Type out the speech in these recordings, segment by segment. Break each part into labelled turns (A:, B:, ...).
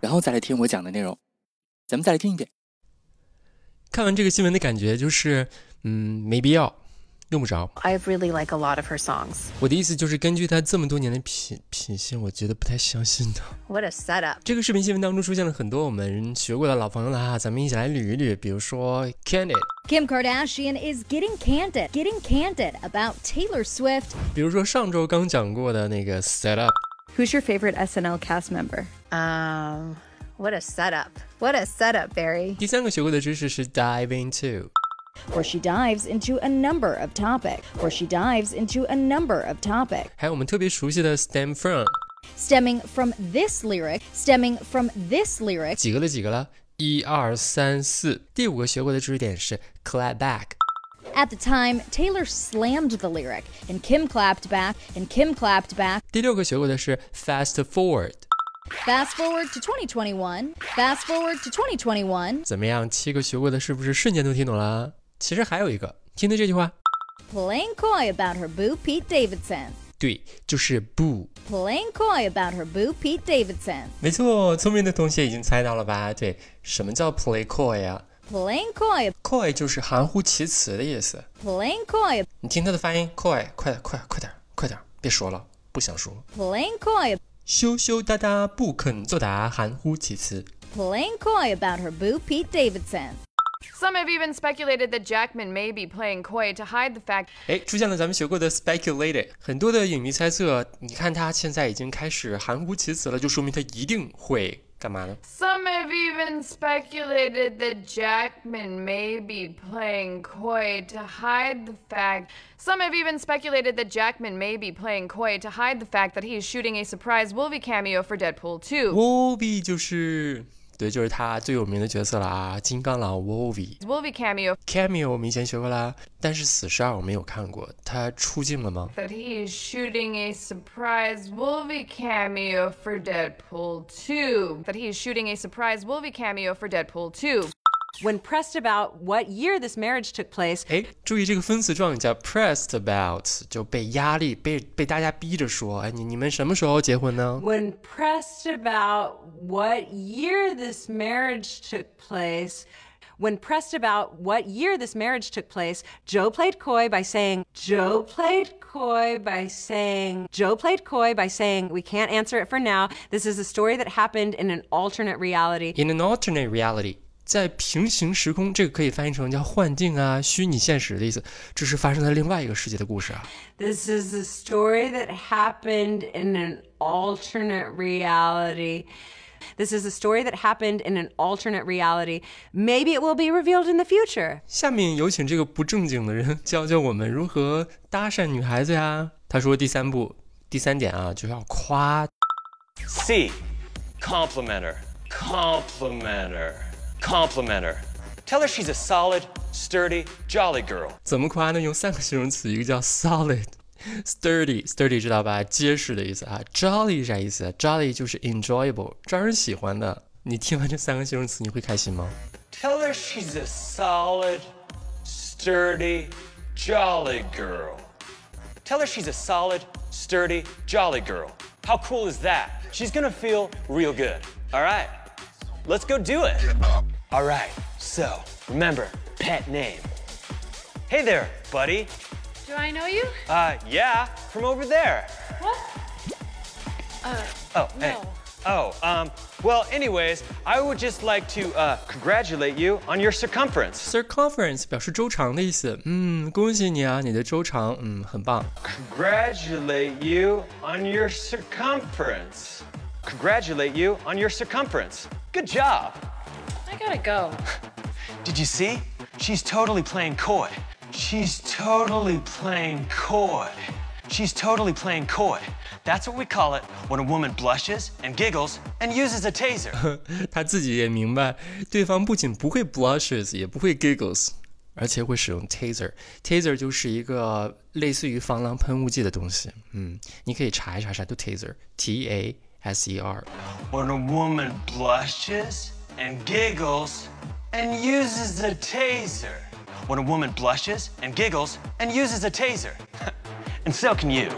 A: 然后再来听我讲的内容。咱们再来听一遍。
B: 看完这个新闻的感觉就是，嗯，没必要，用不着。
C: I really like a lot of her songs.
B: 我的意思就是，根据他这么多年的品品性，我觉得不太相信他。
C: What a setup.
B: 这个视频新闻当中出现了很多我们学过的老朋友了哈，咱们一起来捋一捋。比如说 Candid，
D: Kim Kardashian is getting candid, getting candid about Taylor Swift.
B: 比如说上周刚讲过的那个 Set Up，
E: Who's your favorite SNL cast member?
C: Um, what a setup. What a setup, Barry.
B: 第三个学过的知识是 Dive Into。
D: Where she dives into a number of topics. Where she dives into a number of topics.
B: 还有我们特别熟悉的 stem from，
D: Stemming from this lyric, stemming from this lyric,
B: 几个了几个了，一二三四。第五个学过的知识点是 clap back，
D: At the time, Taylor slammed the lyric, and Kim clapped back, and Kim clapped back.
B: 第六个学过的是 fast forward，
D: Fast forward to 2021. Fast forward to 2021.
B: 怎么样？七个学过的是不是瞬间都听懂了啊？其实还有一个，听的这句话，
D: Playing coy about her boo Pete Davidson.
B: 对，就是不。
D: Playing coy about her boo Pete Davidson.
B: 没错，聪明的同学已经猜到了吧？对，什么叫 play coy 呀、
D: Playing coy,
B: coy 就是含糊其辞的意思。
D: playing coy,
B: 你听它的发音，coy，快快快点，快点，别说了，不想说。
D: playing coy,
B: 羞羞答答，不肯作答，含糊其辞。
D: playing coy about her boo Pete Davidson.
F: Some have even speculated that Jackman may be playing coy to hide the fact
B: 哎，出现了咱们学过的 speculated，很多的影迷猜测，你看他现在已经开始含糊其辞了，就说明他一定会干嘛呢？
F: some have even speculated that Jackman may be playing coy to hide the fact some have even speculated that Jackman may be playing coy to hide the fact that he is shooting a surprise Wolvie cameo for Deadpool 2.
B: Wolvie 就是，对，就是他最有名的角色了啊，金刚狼 Wolvie。
F: Wolvie cameo
B: Cameo 我们以前学过啦，但是死侍二我没有看过，他出镜了吗？
F: that he is shooting a surprise Wolvie cameo for Deadpool 2. That he is shooting a surprise Wolvie cameo for Deadpool 2.
G: When pressed about what year this marriage took place,
B: 哎，注意这个分词状语叫 pressed about，就被压力被被大家逼着说，哎，你你们什么时候结婚呢？
G: when pressed about what year this marriage took place, when pressed about what year this marriage took place, Joe played coy by saying, Joe played coy by saying, Joe played coy by saying, we can't answer it for now. This is a story that happened in an alternate reality.
B: In an alternate reality，在平行时空，这个可以翻译成叫幻境啊、虚拟现实的意思，这是发生在另外一个世界的故事啊。
G: This is a story that happened in an alternate reality. This is a story that happened in an alternate reality. Maybe it will be revealed in the future.
B: 下面有请这个不正经的人教教我们如何搭讪女孩子呀。他说第三步，第三点啊，就要夸
H: C. Compliment her. Compliment her. Compliment her. Tell her she's a solid, sturdy, jolly girl.
B: 怎么夸呢？用三个形容词，一个叫 solid。sturdy，sturdy 知道吧？结实的意思啊。jolly 是啥意思啊？jolly 就是 enjoyable，招人喜欢的。你听完这三个形容词，你会开心吗？
H: Tell her she's a solid, sturdy, jolly girl. Tell her she's a solid, sturdy, jolly girl. How cool is that? She's gonna feel real good. All right, let's go do it. All right, so remember pet name. Hey there, buddy.
F: Do I know you?
H: Uh, yeah, from over there. What? Uh, oh, hey. Oh, um, well, anyways, I would just like to uh, congratulate you on your circumference.
B: circumference 表示周长的意思。嗯，恭喜你啊，你的周长，嗯，很棒。
H: Congratulate you on your circumference. Congratulate you on your circumference. Good job.
F: I gotta go.
H: Did you see? She's totally playing coy. She's totally playing coy. She's totally playing coy. That's what we call it when a woman blushes and giggles and uses a taser.
B: 他自己也明白，对方不仅不会 blushes，也不会 giggles，而且会使用 taser。taser 就是一个类似于防狼喷雾剂的东西。嗯，你可以查一查啥叫 taser，T A S E R。
H: When a woman blushes and giggles and uses a taser. When a woman blushes and giggles and uses a taser. and so can you.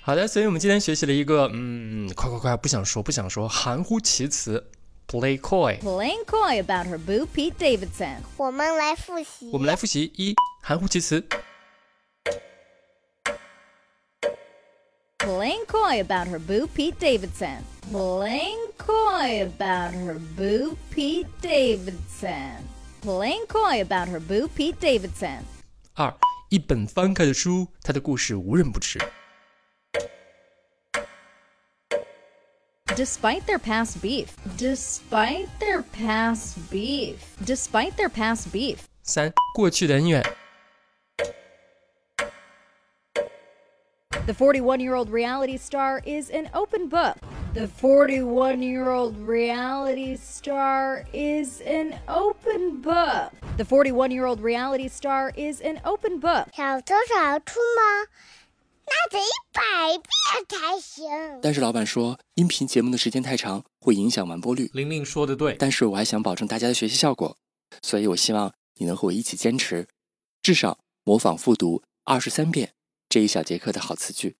B: 好的，所以我们今天学习了一个，嗯，快快快，不想说，不想说，含糊其辞，play coy。
D: Playing coy about her boo Pete Davidson.
I: 我们来复习
B: 我们来复习一，含糊其辞
D: Playing coy about her boo Pete Davidson. Playing coy about her boo Pete Davidson. Playing coy about her boo Pete Davidson.
B: 二，一本翻开的书，它的故事无人不知。
D: Despite their past beef. Despite their past beef. Despite their past beef.
B: 三，过去的恩怨。
D: The 41 year old reality star is an open book. The 41 year old reality star is an open book. The 41 year old reality star is an open book.
I: 小偷小兔吗？那得一百遍才行。
A: 但是老板说，音频节目的时间太长，会影响完播率。
J: 玲玲说的对，
A: 但是我还想保证大家的学习效果，所以我希望你能和我一起坚持，至少模仿复读二十三遍这一小节课的好词句。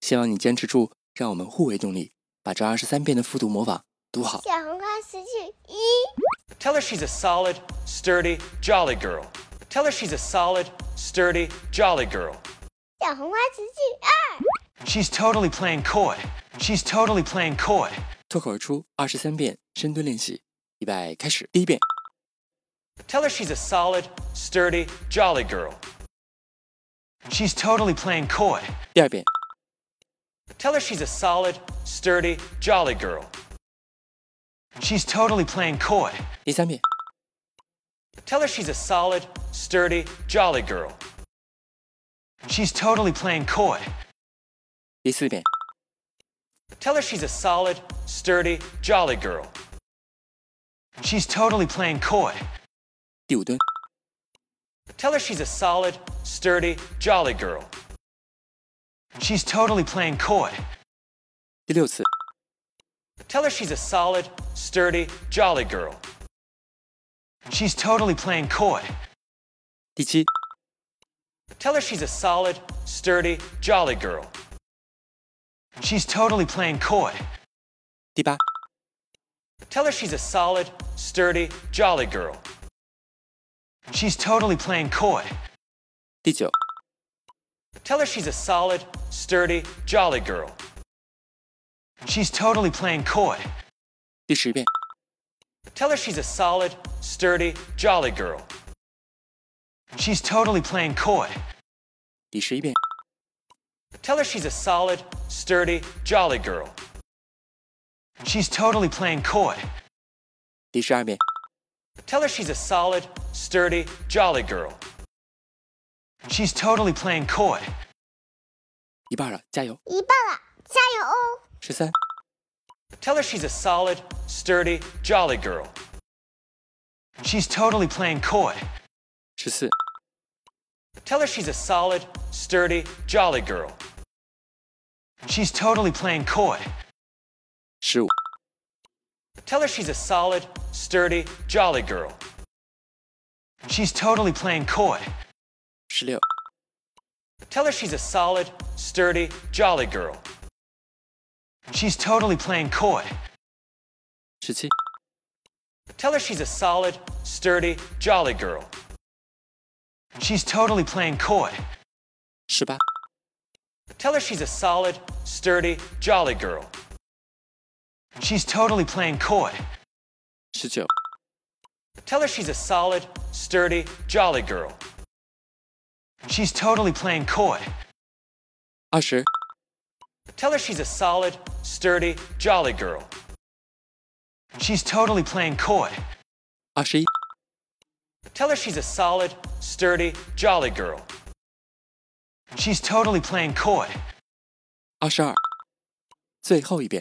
A: 希望你坚持住，让我们互为动力，把这二十三遍的复读模仿读好。
I: 小红花词句一，
H: Tell her she's a solid, sturdy, jolly girl. Tell her she's a solid, sturdy, jolly girl.
I: 小红花词句二，
H: She's totally playing coy. She's totally playing coy.
A: 脱口而出二十三遍深蹲练习，预备开始。第一遍，
H: Tell her she's a solid, sturdy, jolly girl. She's totally playing coy.
A: 第二遍，
H: Tell her she's a solid, sturdy, jolly girl. She's totally playing coy.
A: 第三遍，
H: Tell her she's a solid, sturdy, jolly girl. She's totally playing coy.
A: 第四遍，
H: Tell her she's a solid, sturdy, jolly girl. She's totally playing coy.
A: 第五蹲，
H: Tell her she's a solid, sturdy, jolly girl. She's totally playing coy.
A: 第六次，
H: Tell her she's a solid, sturdy, jolly girl. She's totally playing coy.
A: 第七，
H: Tell her she's a solid, sturdy, jolly girl. She's totally playing coy.
A: 第八，
H: Tell her she's a solid, sturdy, jolly girl. She's totally playing coy.
A: 第九，
H: Tell her she's a solid, sturdy, jolly girl. She's totally playing coy.
A: 第十遍，
H: Tell her she's a solid, sturdy, jolly girl. She's totally playing coy.
A: 第十一遍，
H: Tell her she's a solid, sturdy, jolly girl. She's totally playing coy.
A: 第十二遍，
H: Tell her she's a solid, sturdy, jolly girl. She's totally playing coy.
A: 一半了，加油！
I: 一半了，加油哦！
A: 十三、
H: Tell her she's a solid, sturdy, jolly girl. She's totally playing coy.
A: 十四、
H: Tell her she's a solid, sturdy, jolly girl. She's totally playing coy.
A: 十五、
H: Tell her she's a solid, sturdy, jolly girl. She's totally playing coy.
A: 十六、
H: Tell her she's a solid, sturdy, jolly girl. She's totally playing coy.
A: 十七、
H: Tell her she's a solid, sturdy, jolly girl. She's totally playing coy.
A: 十八、
H: Tell her she's a solid, sturdy, jolly girl. She's totally playing coy.
A: 十九、
H: Tell her she's a solid, sturdy, jolly girl. She's totally playing coy.
A: 二十、
H: Tell her she's a solid, sturdy, jolly girl. She's totally playing coy.
A: 二十一、
H: Tell her she's a solid, sturdy, jolly girl. She's totally playing coy.
A: 二十二，最后一遍。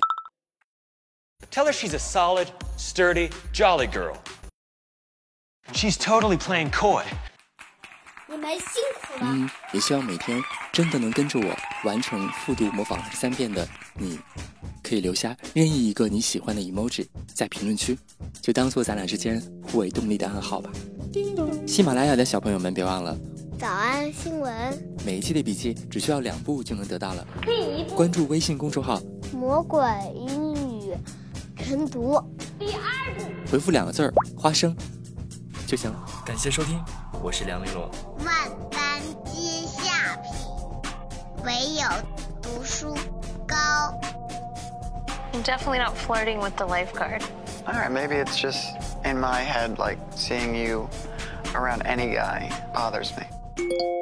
H: Tell her she's a solid, sturdy, jolly girl. She's totally playing coy.
I: 你们辛苦了。
A: 嗯，也希望每天真的能跟着我完成复读模仿三遍的你，可以留下任意一个你喜欢的 emoji 在评论区，就当做咱俩之间互为动力的暗号吧。喜马拉雅的小朋友们，别忘了
I: 早安新闻，
A: 每一期的笔记只需要两步就能得到了。
I: 第一步
A: 关注微信公众号，
I: 魔鬼英语晨读，第二步
A: 回复两个字儿“花生”就行了。感谢收听，我是梁玲珑。
I: 万般皆下品，唯有读书高。
J: I'm definitely not flirting with the lifeguard.
K: All right, maybe it's just in my head, like seeing you around any guy bothers me.